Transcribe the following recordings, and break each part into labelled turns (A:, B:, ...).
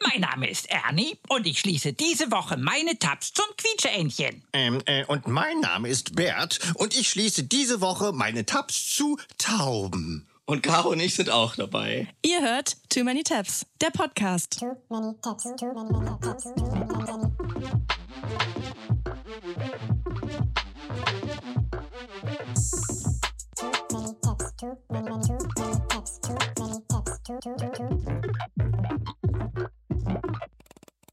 A: Mein Name ist Ernie und ich schließe diese Woche meine Tabs zum Quietscheentchen.
B: Ähm, äh, und mein Name ist Bert und ich schließe diese Woche meine Tabs zu Tauben.
C: Und Caro und ich sind auch dabei.
D: Ihr hört Too Many Tabs, der Podcast.
E: Too many tabs, too many tabs, too many. Too many tabs, too many, too many tabs, too many tabs, too, too, too, too.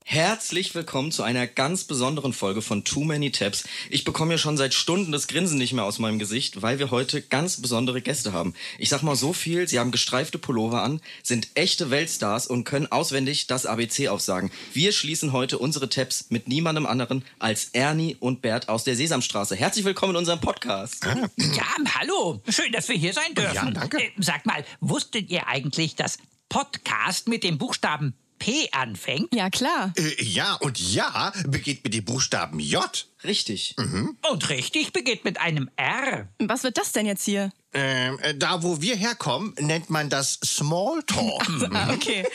C: Herzlich willkommen zu einer ganz besonderen Folge von Too Many Tabs. Ich bekomme ja schon seit Stunden das Grinsen nicht mehr aus meinem Gesicht, weil wir heute ganz besondere Gäste haben. Ich sag mal so viel, sie haben gestreifte Pullover an, sind echte Weltstars und können auswendig das ABC aufsagen. Wir schließen heute unsere Tabs mit niemandem anderen als Ernie und Bert aus der Sesamstraße. Herzlich willkommen in unserem Podcast.
A: Ja, hallo. Schön, dass wir hier sein dürfen.
B: Ja, danke.
A: Äh, sagt mal, wusstet ihr eigentlich, dass Podcast mit dem Buchstaben P anfängt?
D: Ja, klar.
B: Äh, ja und ja begeht mit den Buchstaben J.
C: Richtig.
A: Und richtig beginnt mit einem R.
D: Was wird das denn jetzt hier?
B: Ähm, äh, da, wo wir herkommen, nennt man das Smalltalk.
D: Ah, okay.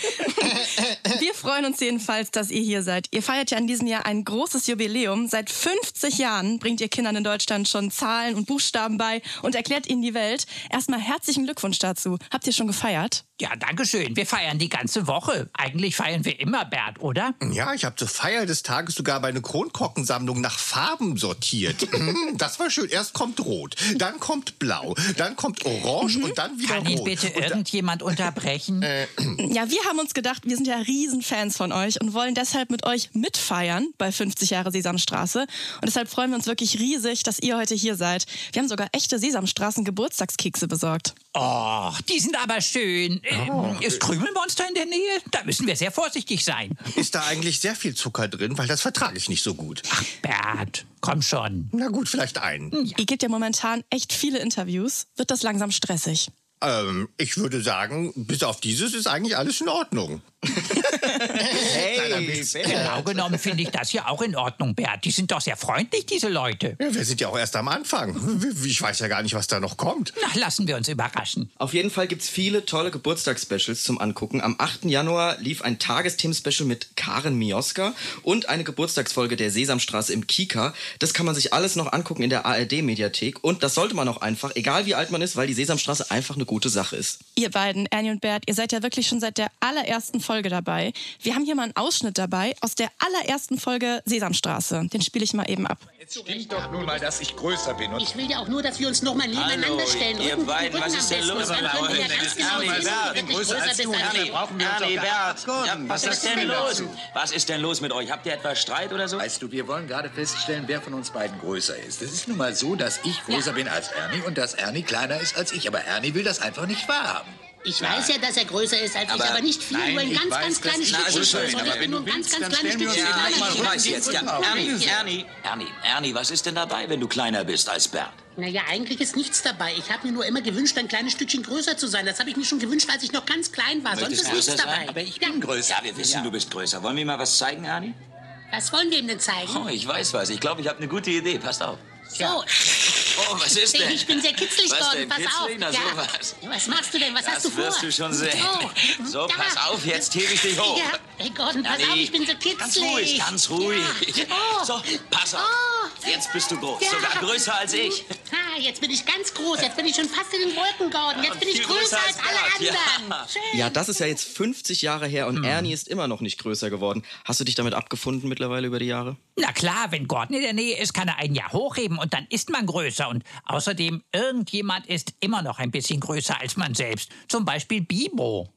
D: Wir freuen uns jedenfalls, dass ihr hier seid. Ihr feiert ja in diesem Jahr ein großes Jubiläum. Seit 50 Jahren bringt ihr Kindern in Deutschland schon Zahlen und Buchstaben bei und erklärt ihnen die Welt. Erstmal herzlichen Glückwunsch dazu. Habt ihr schon gefeiert?
A: Ja, danke schön. Wir feiern die ganze Woche. Eigentlich feiern wir immer Bert, oder?
B: Hm, Ja, ich habe zur Feier des Tages sogar meine Kronkorkensammlung nach Farben sortiert. Mm, das war schön. Erst kommt rot, dann kommt blau, dann kommt orange
C: Mhm.
B: und dann wieder
A: Kann
B: rot.
A: ihn bitte
B: Und da- Äh.
A: irgendjemand unterbrechen?
D: Ja, wir haben uns gedacht, wir sind ja Riesenfans von euch und wollen deshalb mit euch mitfeiern bei 50 Jahre Sesamstraße. Und deshalb freuen wir uns wirklich riesig, dass ihr heute hier seid. Wir haben sogar echte Sesamstraßen-Geburtstagskekse besorgt.
A: Oh, die sind aber schön. Äh,
B: Ah,
A: Ist Krümelmonster in der Nähe? Da müssen wir sehr vorsichtig sein.
B: ist da eigentlich sehr viel Zucker drin, weil das vertrage ich nicht so gut.
A: Bert, komm schon.
B: Na gut, vielleicht
C: Hm.
B: einen.
D: Ihr gebt ja momentan echt viele Interviews. Wird das langsam stressig?
B: Ähm, ich würde sagen, bis auf dieses ist eigentlich alles in Ordnung.
C: Hey, Bert.
A: Genau genommen finde ich das hier auch in Ordnung, Bert. Die sind doch sehr freundlich, diese Leute.
B: Ja, wir sind ja auch erst am Anfang. W- Ich weiß ja gar nicht, was da noch kommt.
A: Na, lassen wir uns überraschen.
C: Auf jeden Fall gibt's viele tolle Geburtstagsspecials zum Angucken. Am 8. Januar lief ein Tagesthemen-Special mit Karen Mioska und eine Geburtstagsfolge der Sesamstraße im Kika. Das kann man sich alles noch angucken in der ARD-Mediathek. Und das sollte man auch einfach, egal wie alt man ist, weil die Sesamstraße einfach eine gute Sache ist.
D: Ihr beiden, Ernie und Bert, ihr seid ja wirklich schon seit der allerersten Folge dabei. Wir haben hier mal einen Ausschnitt dabei aus der allerersten Folge Sesamstraße. Den spiele ich mal eben ab.
F: Jetzt stimmt doch nun mal, dass ich größer bin. Und
G: Ich will ja auch nur, dass wir uns nochmal nebeneinander stellen.
H: ihr
G: Rücken-
H: beiden,
G: Rücken
H: was
G: am
H: ist denn
G: besten. Und
H: los?
G: dann können wir ja
H: Ernie,
G: ganz genau
H: Ernie,
G: sehen,
H: Bert,
G: ob
H: ich
G: du
H: bin
G: wirklich größer
F: als
G: bist
F: du,
G: als
F: Ernie,
G: ich.
F: brauchen wir uns
H: Ernie,
F: doch gar
H: Bert,
F: nicht abgurken.
H: ja, was
F: Das
H: ist denn
F: kriegen wir
H: los?
F: hin.
H: Was ist denn los mit euch? Habt ihr etwa Streit oder so?
F: Weißt du, wir wollen gerade feststellen, wer von uns beiden größer ist. Es ist nun mal so, dass ich größer bin als Ernie und dass Ernie kleiner ist als ich. Aber Ernie will das einfach nicht wahrhaben.
G: Ich weiß ja, dass er größer ist als ich, aber nicht viel,
F: Nein,
G: nur ein
F: ich
G: ganz,
F: weiß,
G: ganz
F: das-
G: kleines
F: na,
G: Stückchen
F: also schön,
G: größer. Und
F: aber
G: ich
F: wenn
G: bin nur ein
F: du
G: ganz,
F: willst,
G: ganz
F: dann
G: kleines
F: stellen wir uns
G: Stückchen
F: hier
H: ja,
F: gleich
G: kleiner.
F: mal
H: ich, ich
F: rüber.
H: weiß jetzt. Ja,
F: Rücken auf
H: Ernie,
F: links.
H: Ernie, Ernie, Ernie, was ist denn dabei, wenn du kleiner bist als Bert?
G: Naja, eigentlich ist nichts dabei. Ich habe mir nur immer gewünscht, ein kleines Stückchen größer zu sein. Das habe ich mir schon gewünscht, als ich noch ganz klein war. Sonst
H: Möchtest
G: ist
H: du
G: nichts
H: größer sein?
G: dabei.
H: Aber
G: ich bin
H: Größer. Ja, wir wissen, du bist größer. Wollen wir mal was zeigen, Ernie?
G: Was wollen wir ihm denn zeigen?
H: Oh, ich weiß was. Ich glaube, ich habe eine gute Idee. Passt auf.
G: So,
H: Oh, was ist denn?
G: ich bin sehr kitzlig
H: was
G: geworden.
H: Denn?
G: Pass
H: kitzlig? Na,
G: auf. Ja.
H: sowas.
G: Was machst du denn? Was hast du
H: Das
G: vor?
H: wirst du schon sehen.
G: Oh,
H: So,
G: da.
H: pass auf, jetzt hebe ich dich hoch.
G: Ja, hey Gordon, pass
H: Ja, nee.
G: auf, ich bin so kitzlig.
H: Ganz ruhig, ganz ruhig.
G: Ja. Oh.
H: So, pass auf.
G: Oh.
H: Jetzt bist du groß,
G: Ja.
H: sogar größer als ich.
G: Ah, jetzt bin ich ganz groß. Jetzt bin ich schon fast in den Wolken, Gordon. Jetzt
H: Und
G: bin ich
H: viel
G: größer,
H: größer
G: als
H: als
G: alle
H: Bert, ja.
G: anderen. Schön.
C: Ja, das ist ja jetzt 50 Jahre her und Ernie ist immer noch nicht größer geworden. Hast du dich damit abgefunden mittlerweile über die Jahre?
A: Na klar, wenn Gordon in der Nähe ist, kann er einen ja hochheben und dann ist man größer. Und außerdem, irgendjemand ist immer noch ein bisschen größer als man selbst. Zum Beispiel Bibo.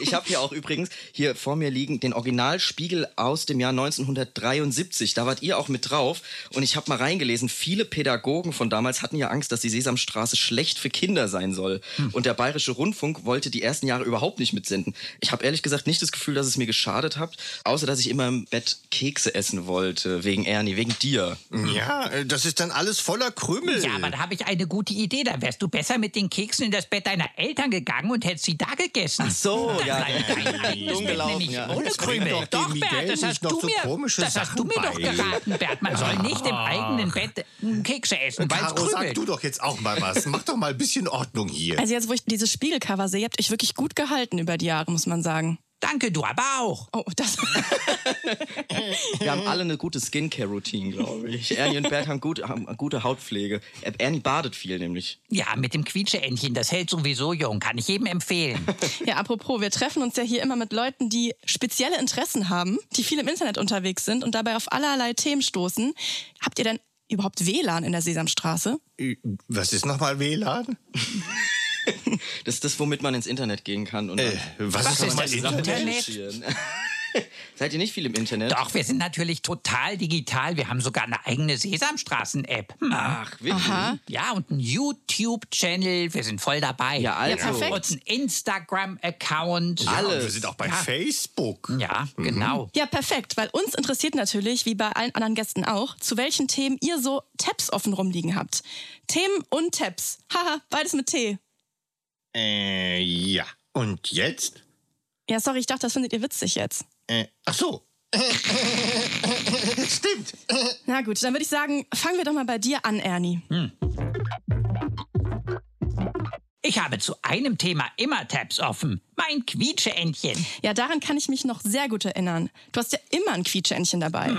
C: Ich habe hier auch übrigens hier vor mir liegen den Originalspiegel aus dem Jahr 1973. Da wart ihr auch mit drauf und ich habe mal reingelesen, viele Pädagogen von damals hatten ja Angst, dass die Sesamstraße schlecht für Kinder sein soll und der bayerische Rundfunk wollte die ersten Jahre überhaupt nicht mitsenden. Ich habe ehrlich gesagt nicht das Gefühl, dass es mir geschadet hat, außer dass ich immer im Bett Kekse essen wollte wegen Ernie, wegen dir.
B: Ja, äh, das ist dann alles voller Krümel.
A: Ja, aber da habe ich eine gute Idee. Dann wärst du besser mit den Keksen in das Bett deiner Eltern gegangen und hättest sie da gegessen. Ach
C: So, ja,
A: Dein eigenes
C: dumm
A: Bett
C: gelaufen,
A: nämlich
C: ja.
A: ohne
B: Jetzt bringt
A: Krümel.
B: doch
A: Doch,
B: dem Miguel
A: Bert, das
B: nicht
A: hast
B: noch
A: du
B: so
A: mir,
B: komische
A: das hast du mir
B: Sachen
A: doch
B: bei. Ah.
A: geraten, Bert. Man soll nicht im eigenen Bett äh, Kekse essen, weil es
B: Caro, sag
A: krümelt.
B: du doch jetzt auch mal was. Mach doch mal ein bisschen Ordnung hier.
A: Also
D: Also jetzt, wo ich dieses Spiegelcover sehe, ihr habt euch wirklich gut gehalten über die Jahre, muss man sagen.
A: Danke, du aber auch.
D: Oh, das.
C: Wir haben alle eine gute Skincare-Routine, glaube ich. Ernie und Bert haben, gut, haben gute Hautpflege. Ernie badet viel nämlich.
A: Ja, mit dem Quietscheentchen, das hält sowieso jung, kann ich jedem empfehlen.
D: Ja, apropos, wir treffen uns ja hier immer mit Leuten, die spezielle Interessen haben, die viel im Internet unterwegs sind und dabei auf allerlei Themen stoßen. Habt ihr denn überhaupt WLAN in der Sesamstraße?
B: Äh, Was ist nochmal WLAN?
C: Das ist das, womit man ins Internet gehen kann. Und
B: Äh, was,
A: Was
B: ist
A: ist
B: nochmal
A: das
B: Internet?
A: Internet?
C: dann- Seid ihr nicht viel im Internet?
A: Doch, wir sind natürlich total digital. Wir haben sogar eine eigene Sesamstraßen-App. Hm.
C: Ach, wirklich?
A: Ja, und einen YouTube-Channel. Wir sind voll dabei.
C: Ja, also. Ja,
D: perfekt.
A: Und einen Instagram-Account.
B: Ja, und
C: Alles.
B: Wir sind auch bei
A: Ja.
B: Facebook.
A: Ja, genau.
D: Ja, perfekt, weil uns interessiert natürlich, wie bei allen anderen Gästen auch, zu welchen Themen ihr so Tabs offen rumliegen habt. Themen und Tabs. Haha, beides mit T.
B: Äh, ja. Und jetzt?
D: Ja, sorry, ich dachte, das findet ihr witzig jetzt.
B: Äh, ach so. Stimmt.
D: Na gut, dann würde ich sagen, fangen wir doch mal bei dir an, Ernie.
A: Ich habe zu einem Thema immer Tabs offen. Mein Quietscheentchen.
D: Ja, daran kann ich mich noch sehr gut erinnern. Du hast ja immer ein Quietscheentchen dabei.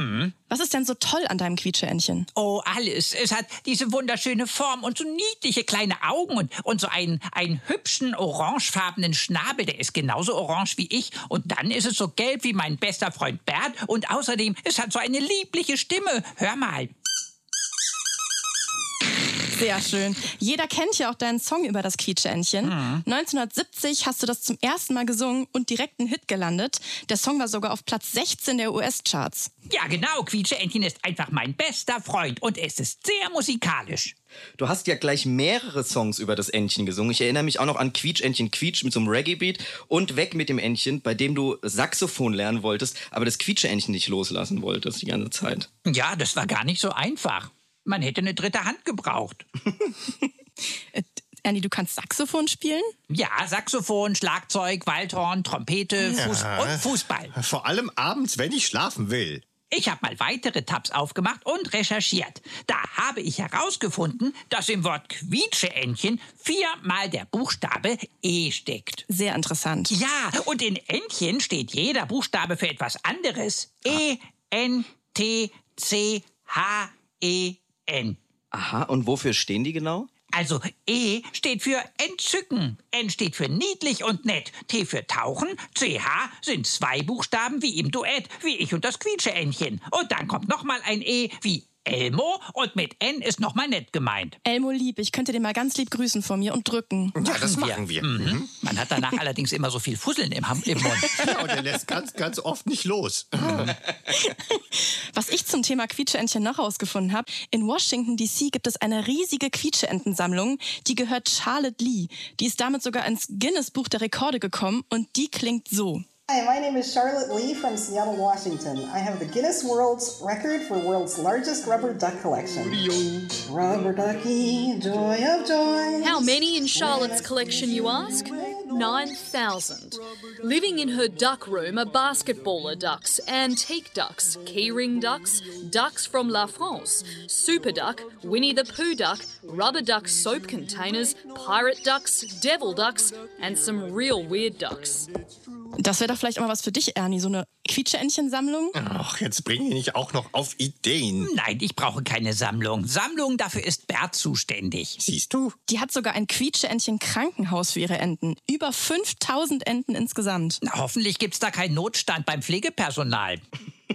D: Was ist denn so toll an deinem Quietscheentchen?
A: Oh, alles. Es hat diese wunderschöne Form und so niedliche kleine Augen und, und so einen, einen hübschen orangefarbenen Schnabel. Der ist genauso orange wie ich. Und dann ist es so gelb wie mein bester Freund Bert. Und außerdem, es hat so eine liebliche Stimme. Hör mal.
D: Sehr schön. Jeder kennt ja auch deinen Song über das Quietscheentchen. 1970 hast du das zum ersten Mal gesungen und direkt einen Hit gelandet. Der Song war sogar auf Platz 16 der US-Charts.
A: Ja, genau. Quietscheentchen ist einfach mein bester Freund. Und es ist sehr musikalisch.
C: Du hast ja gleich mehrere Songs über das Entchen gesungen. Ich erinnere mich auch noch an Quietsch, Entchen, Quietsch mit so einem Reggae-Beat und Weg mit dem Entchen, bei dem du Saxophon lernen wolltest, aber das Quietsche-Entchen nicht loslassen wolltest die ganze Zeit.
A: Ja, das war gar nicht so einfach. Man hätte eine dritte Hand gebraucht.
D: Äh, Ernie, du kannst Saxophon spielen?
A: Ja, Saxophon, Schlagzeug, Waldhorn, Trompete Fuß und Fußball.
B: Vor allem abends, wenn ich schlafen will.
A: Ich habe mal weitere Tabs aufgemacht und recherchiert. Da habe ich herausgefunden, dass im Wort Quietscheentchen viermal der Buchstabe E steckt.
D: Sehr interessant.
A: Ja, und in Entchen steht jeder Buchstabe für etwas anderes. E, N, T, C, H, E, N.
C: Aha, und wofür stehen die genau?
A: Also E steht für entzücken, N steht für niedlich und nett, T für tauchen, CH sind zwei Buchstaben wie im Duett, wie ich und das Quietscheentchen. Und dann kommt nochmal ein E wie Elmo und mit N ist nochmal nett gemeint.
D: Elmo lieb, ich könnte dir mal ganz lieb grüßen von mir und drücken.
B: Ja, das machen wir. Mhm.
A: Man hat danach allerdings immer so viel Fusseln im, Ham- im Mund.
B: Ja, und er lässt ganz, ganz oft nicht los.
D: Was ich zum Thema Quietscheentchen noch herausgefunden habe, in Washington DC gibt es eine riesige Quietscheentensammlung, die gehört Charlotte Lee. Die ist damit sogar ins Guinness Buch der Rekorde gekommen und die klingt so.
I: Hi, my name is Charlotte Lee from Seattle, Washington. I have the Guinness World's Record for World's Largest Rubber Duck Collection. Rubber ducky, joy of joy.
J: How many in Charlotte's collection, you ask? 9,000. Living in her duck room are basketballer ducks, antique ducks, keyring ducks, ducks from La France, super duck, Winnie the Pooh duck, rubber duck soap containers, pirate ducks, devil ducks, and some real weird ducks.
D: Das wäre doch vielleicht auch mal was für dich, Ernie, so eine Quietscheentchen-Sammlung.
B: Ach, jetzt bring ihn nicht auch noch auf Ideen.
A: Nein, ich brauche keine Sammlung. Sammlung, dafür ist Bert zuständig.
B: Siehst du?
D: Die hat sogar ein Quietscheentchen-Krankenhaus für ihre Enten. Über 5000 Enten insgesamt.
A: Na, hoffentlich gibt's da keinen Notstand beim Pflegepersonal.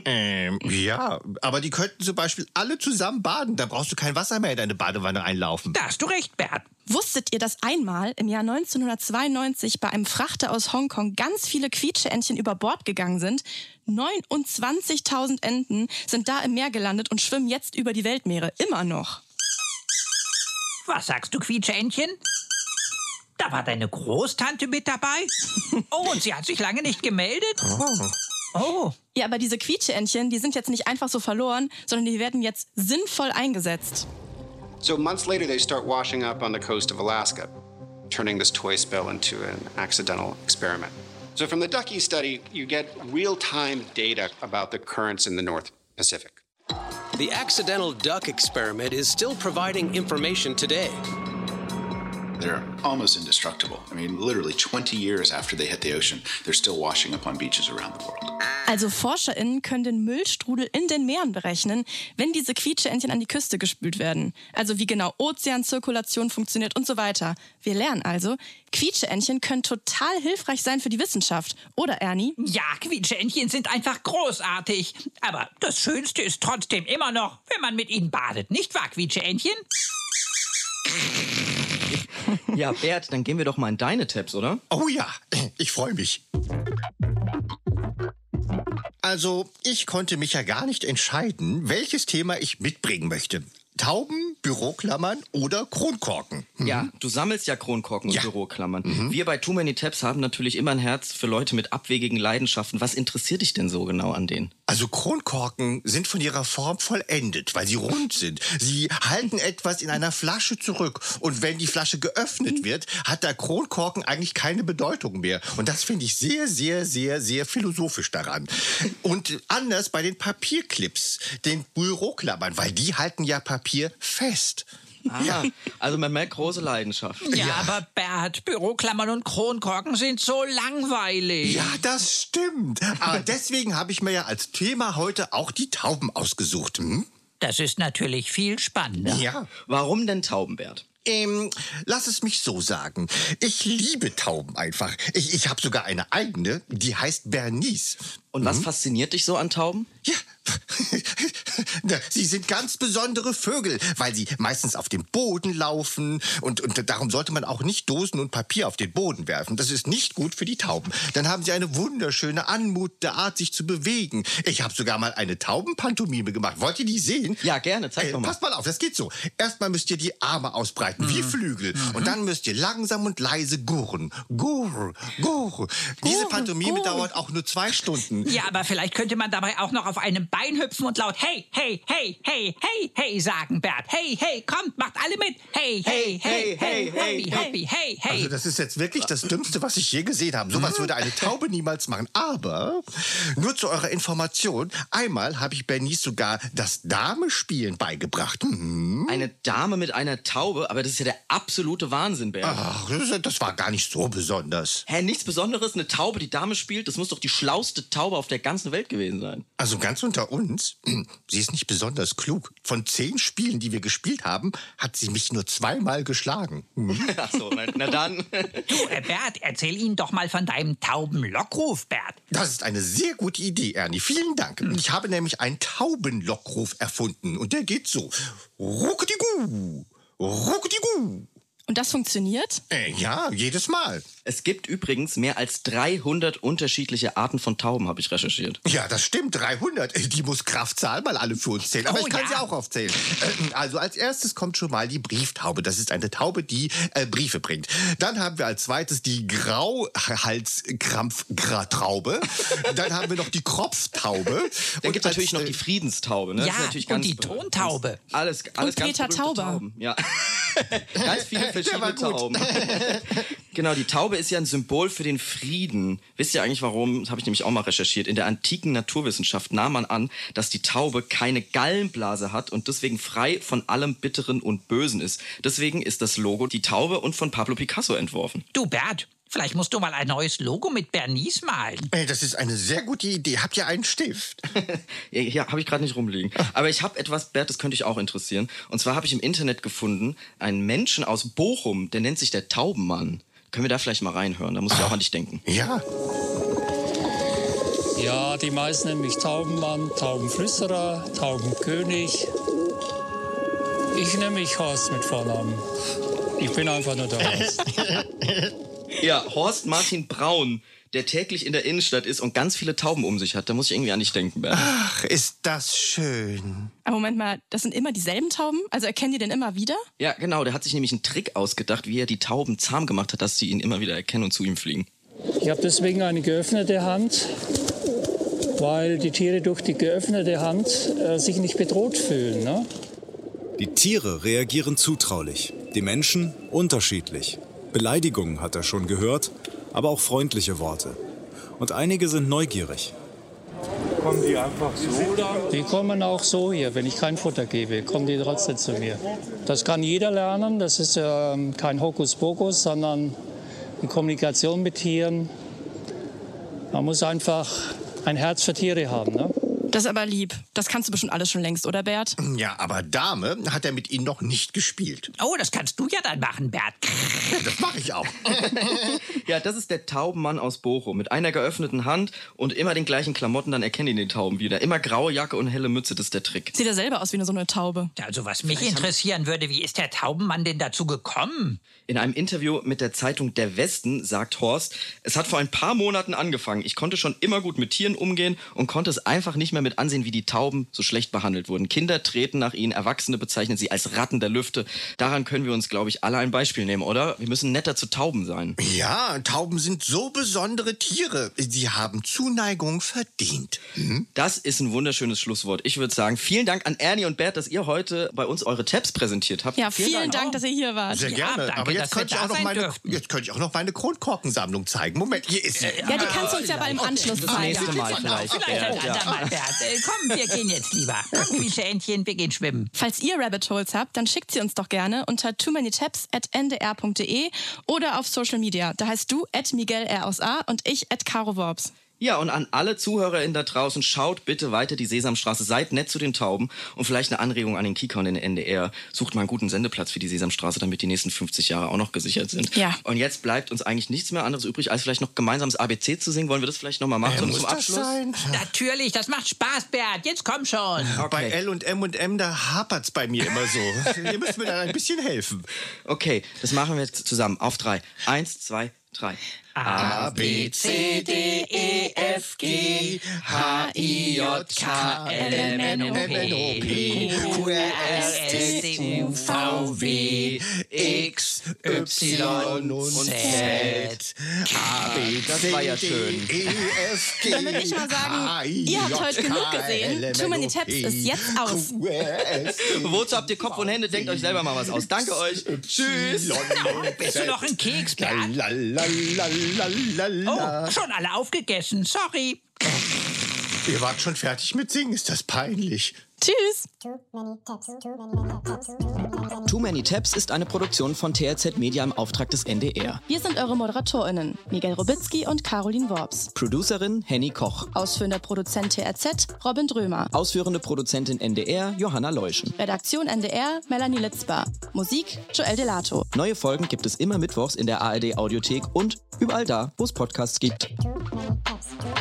B: Ähm, ja, aber die könnten zum Beispiel alle zusammen baden. Da brauchst du kein Wasser mehr in deine Badewanne einlaufen.
A: Da hast du recht, Bert.
D: Wusstet ihr, dass einmal im Jahr 1992 bei einem Frachter aus Hongkong ganz viele Quietscheentchen über Bord gegangen sind? 29.000 Enten sind da im Meer gelandet und schwimmen jetzt über die Weltmeere. Immer noch.
A: Was sagst du, Quietscheentchen? Da war deine Großtante mit dabei. Oh, und sie hat sich lange nicht gemeldet. Oh,
D: Ja, aber diese Quietscheentchen, die sind jetzt nicht einfach so verloren, sondern die werden jetzt sinnvoll eingesetzt.
K: So months later, they start washing up on the coast of Alaska, turning this toy spell into an accidental experiment. So, from the Ducky study, you get real time data about the currents in the North Pacific.
I: The accidental duck experiment is still providing information today.
L: They're almost indestructible. I mean, literally 20 years after they hit the ocean, they're still washing up on beaches around the world.
D: Also ForscherInnen können den Müllstrudel in den Meeren berechnen, wenn diese Quietscheentchen an die Küste gespült werden. Also wie genau Ozeanzirkulation funktioniert und so weiter. Wir lernen also, Quietscheentchen können total hilfreich sein für die Wissenschaft. Oder Ernie?
A: Ja, Quietscheentchen sind einfach großartig. Aber das Schönste ist trotzdem immer noch, wenn man mit ihnen badet. Nicht wahr, Quietscheentchen?
C: Ja, Bert, dann gehen wir doch mal in deine Tabs, oder?
B: Oh ja, ich freue mich. Also, ich konnte mich ja gar nicht entscheiden, welches Thema ich mitbringen möchte. Tauben, Büroklammern oder Kronkorken.
C: Ja, du sammelst Mhm. ja Mhm. Kronkorken und Büroklammern. Wir bei Too Many Tabs haben natürlich immer ein Herz für Leute mit abwegigen Leidenschaften. Was interessiert dich denn so genau an denen?
B: Also Kronkorken sind von ihrer Form vollendet, weil sie rund sind. Sie halten etwas in einer Flasche zurück. Und wenn die Flasche geöffnet wird, hat der Kronkorken eigentlich keine Bedeutung mehr. Und das finde ich sehr, sehr, sehr, sehr philosophisch daran. Und anders bei den Papierclips, den Büroklammern, weil die halten ja Papier fest.
C: Ah, also man merkt große Leidenschaft.
A: Ja, aber Bert, Büroklammern und Kronkorken sind so langweilig.
B: Ja, das stimmt. Aber deswegen habe ich mir ja als Thema heute auch die Tauben ausgesucht. Hm?
A: Das ist natürlich viel spannender.
B: Ja.
C: Warum denn Taubenbert?
B: Ähm, lass es mich so sagen. Ich liebe Tauben einfach. Ich, ich habe sogar eine eigene, die heißt Bernice.
C: Und was fasziniert dich so an Tauben?
B: Ja. Na, Sie sind ganz besondere Vögel, weil sie meistens auf dem Boden laufen und, und darum sollte man auch nicht Dosen und Papier auf den Boden werfen. Das ist nicht gut für die Tauben. Dann haben sie eine wunderschöne Anmut der Art, sich zu bewegen. Ich habe sogar mal eine Taubenpantomime gemacht. Wollt ihr die sehen?
C: Ja, gerne, zeig
B: Äh,
C: doch mal. Mhm.
B: Passt mal auf, das geht so. Erstmal müsst ihr die Arme ausbreiten, wie Flügel. Und dann müsst ihr langsam und leise gurren. Gurr, gurr. Diese
A: Gurr,
B: Pantomime
A: gurr.
B: dauert auch nur zwei Stunden.
A: Ja, aber vielleicht könnte man dabei auch noch auf einem Bein hüpfen und laut Hey, hey, hey, hey, hey, hey sagen, Bert. Hey, hey, kommt, macht alle mit. Hey, hey, hey, hey, hey, hey, hey, hey.
B: Also das ist jetzt wirklich das Dümmste, was ich je gesehen habe. Sowas würde eine Taube niemals machen. Aber nur zu eurer Information, einmal habe ich Bernice sogar das Dame-Spielen beigebracht. Mhm.
C: Eine Dame mit einer Taube, aber das ist ja der absolute Wahnsinn, Bert.
B: Ach, das- das war gar nicht so besonders.
C: Hä, nichts Besonderes, eine Taube, die Dame spielt, das muss doch die schlauste Taube auf der ganzen Welt gewesen sein.
B: Also ganz unter uns, sie ist nicht besonders klug. Von zehn Spielen, die wir gespielt haben, hat sie mich nur zweimal geschlagen. Mhm.
C: Ach so, na, na dann.
A: Du, äh, Bert, erzähl ihnen doch mal von deinem Taubenlockruf, Bert.
B: Das ist eine sehr gute Idee, Ernie. Vielen Dank. Ich habe nämlich einen Taubenlockruf erfunden und der geht so: Ruckdigu, ruckdigu.
D: Und das funktioniert?
B: Äh, ja, jedes Mal.
C: Es gibt übrigens mehr als 300 unterschiedliche Arten von Tauben, habe ich recherchiert.
B: Ja, das stimmt. 300. Äh, Die muss Kraftzahl mal alle für uns zählen. Aber
A: Oh,
B: ich kann
A: ja.
B: sie auch aufzählen. Äh, Also als erstes kommt schon mal die Brieftaube. Das ist eine Taube, die äh, Briefe bringt. Dann haben wir als zweites die Grauhalskrampftraube. Dann haben wir noch die Kropftaube.
C: Dann gibt es
B: als,
C: natürlich noch
B: äh,
C: die Friedenstaube. Ne?
A: ja,
C: ist natürlich
A: und die Tontaube.
C: Ganz, alles, alles ganz
D: Peter
C: berühmte
D: Tauber.
C: Tauben. Ja. ganz viele
B: war
C: verschiedene
B: gut.
C: Tauben. genau, die Taube ist ja ein Symbol für den Frieden. Wisst ihr eigentlich warum? Das habe ich nämlich auch mal recherchiert. In der antiken Naturwissenschaft nahm man an, dass die Taube keine Gallenblase hat und deswegen frei von allem Bitteren und Bösen ist. Deswegen ist das Logo die Taube und von Pablo Picasso entworfen.
A: Du, Bert, vielleicht musst du mal ein neues Logo mit Bernice malen.
B: Äh, Das ist eine sehr gute Idee. Habt ihr einen Stift?
C: Ja, Hier habe ich gerade nicht rumliegen. Aber ich habe etwas, Bert, das könnte ich auch interessieren. Und zwar habe ich im Internet gefunden, einen Menschen aus Bochum, der nennt sich der Taubenmann. Können wir da vielleicht mal reinhören? Da muss ich auch an dich denken.
B: Ja.
M: Ja, die meisten nennen mich Taubenmann, Taubenflüsterer, Taubenkönig. Ich nenne mich Horst mit Vornamen. Ich bin einfach nur der Horst.
C: Ja, Horst Martin Braun, der täglich in der Innenstadt ist und ganz viele Tauben um sich hat. Da muss ich irgendwie an dich denken, Bert.
B: Ach, ist das schön.
D: Aber Moment mal, das sind immer dieselben Tauben? Also erkennen die denn immer wieder?
C: Ja, genau. Der hat sich nämlich einen Trick ausgedacht, wie er die Tauben zahm gemacht hat, dass sie ihn immer wieder erkennen und zu ihm fliegen.
M: Ich habe deswegen eine geöffnete Hand, weil die Tiere durch die geöffnete Hand äh, sich nicht bedroht fühlen. Ne?
N: Die Tiere reagieren zutraulich, die Menschen unterschiedlich. Beleidigungen hat er schon gehört, aber auch freundliche Worte. Und einige sind neugierig.
M: Kommen die einfach so dann? Die kommen auch so hier. Wenn ich kein Futter gebe, kommen die trotzdem zu mir. Das kann jeder lernen. Das ist ähm, kein Hokuspokus, sondern die Kommunikation mit Tieren. Man muss einfach ein Herz für Tiere haben. Ne?
D: Das ist aber lieb. Das kannst du bestimmt alles schon längst, oder Bert?
B: Ja, aber Dame hat er mit Ihnen noch nicht gespielt.
A: Oh, das kannst du ja dann machen, Bert.
B: Das mache ich auch.
C: Ja, das ist der Taubenmann aus Bochum. Mit einer geöffneten Hand und immer den gleichen Klamotten, dann erkennen die den Tauben wieder. Immer graue Jacke und helle Mütze, das ist der Trick.
D: Sieht er selber aus wie eine, so eine Taube.
A: Also was mich interessieren würde, wie ist der Taubenmann denn dazu gekommen?
C: In einem Interview mit der Zeitung Der Westen sagt Horst, es hat vor ein paar Monaten angefangen. Ich konnte schon immer gut mit Tieren umgehen und konnte es einfach nicht mehr mit ansehen, wie die Tauben so schlecht behandelt wurden. Kinder treten nach ihnen, Erwachsene bezeichnen sie als Ratten der Lüfte. Daran können wir uns, glaube ich, alle ein Beispiel nehmen, oder? Wir müssen netter zu Tauben sein.
B: Ja, Tauben sind so besondere Tiere. Sie haben Zuneigung verdient.
C: Das ist ein wunderschönes Schlusswort. Ich würde sagen, vielen Dank an Ernie und Bert, dass ihr heute bei uns eure Tabs präsentiert habt.
D: Ja, vielen, Dank, dass ihr hier wart.
B: Sehr gerne.
A: danke,
B: aber
A: dass
B: jetzt
A: wir
B: könnte, ich
A: da
B: auch noch
A: sein
B: meine,
A: dürften.
B: jetzt könnte ich auch noch meine Kronkorkensammlung zeigen. Moment, hier ist sie.
D: Ja, die kannst du uns ja beim Anschluss
C: das
D: zeigen.
C: nächste Mal vielleicht.
A: Vielleicht ein
C: Bert, ja.
A: andermal, Bert. Äh, komm, wir gehen jetzt lieber. Komm, Entchen, wir gehen schwimmen.
D: Falls ihr Rabbit Holes habt, dann schickt sie uns doch gerne unter too many at ndr.de E oder auf Social Media. Da heißt du at Miguel R aus A und ich at Caro Worps.
C: Ja, und an alle ZuhörerInnen da draußen, schaut bitte weiter die Sesamstraße, seid nett zu den Tauben und vielleicht eine Anregung an den Kika und den NDR. Sucht mal einen guten Sendeplatz für die Sesamstraße, damit die nächsten 50 Jahre auch noch gesichert sind.
D: Ja.
C: Und jetzt bleibt uns eigentlich nichts mehr anderes übrig, als vielleicht noch gemeinsames ABC zu singen. Wollen wir das vielleicht nochmal machen
B: Äh,
C: so
B: muss
C: zum
B: das
C: Abschluss?
B: sein?
A: Natürlich, das macht Spaß, Bert. Jetzt komm schon.
B: Bei L und M und M, da hapert's bei mir immer so. Ihr müsst mir da ein bisschen helfen.
C: Okay, das machen wir jetzt zusammen. Auf drei. Eins, zwei, drei.
B: A, B, C,
C: D, E, F, G, H, I, J, K, L, M, N, O, P, Q, R, S, T, U, V, W, X, Y und Z.
B: A, B,
C: Das
B: C,
C: war ja
B: D,
C: schön.
B: E, F, G,
D: Dann würde ich mal sagen,
B: H, I,
D: ihr habt
B: J,
D: heute genug
B: K, L,
D: gesehen.
B: M,
D: Too
B: N,
D: many
B: O,
D: taps
B: P,
D: ist jetzt aus.
B: Q, R, S, T,
C: Wozu habt ihr Kopf und Hände? Denkt euch selber mal was aus. Danke euch. Tschüss.
A: Bist du noch ein Keks, Bert?
B: La, la, la, la, la, la.
A: Oh, schon alle aufgegessen. Sorry.
B: Ihr wart schon fertig mit Singen, ist das peinlich.
D: Tschüss.
E: Too many taps. Too many taps. Too many taps.
O: Too Many Tabs ist eine Produktion von TRZ Media im Auftrag des NDR.
D: Wir sind eure ModeratorInnen, Miguel Robitzky und Caroline Worps.
O: Producerin Henny Koch.
D: Ausführender Produzent TRZ, Robin Drömer.
O: Ausführende Produzentin NDR Johanna Leuschen.
D: Redaktion NDR, Melanie Litzbar. Musik, Joel Delato.
O: Neue Folgen gibt es immer mittwochs in der ARD Audiothek und überall da, wo es Podcasts gibt.
E: Too many taps. Too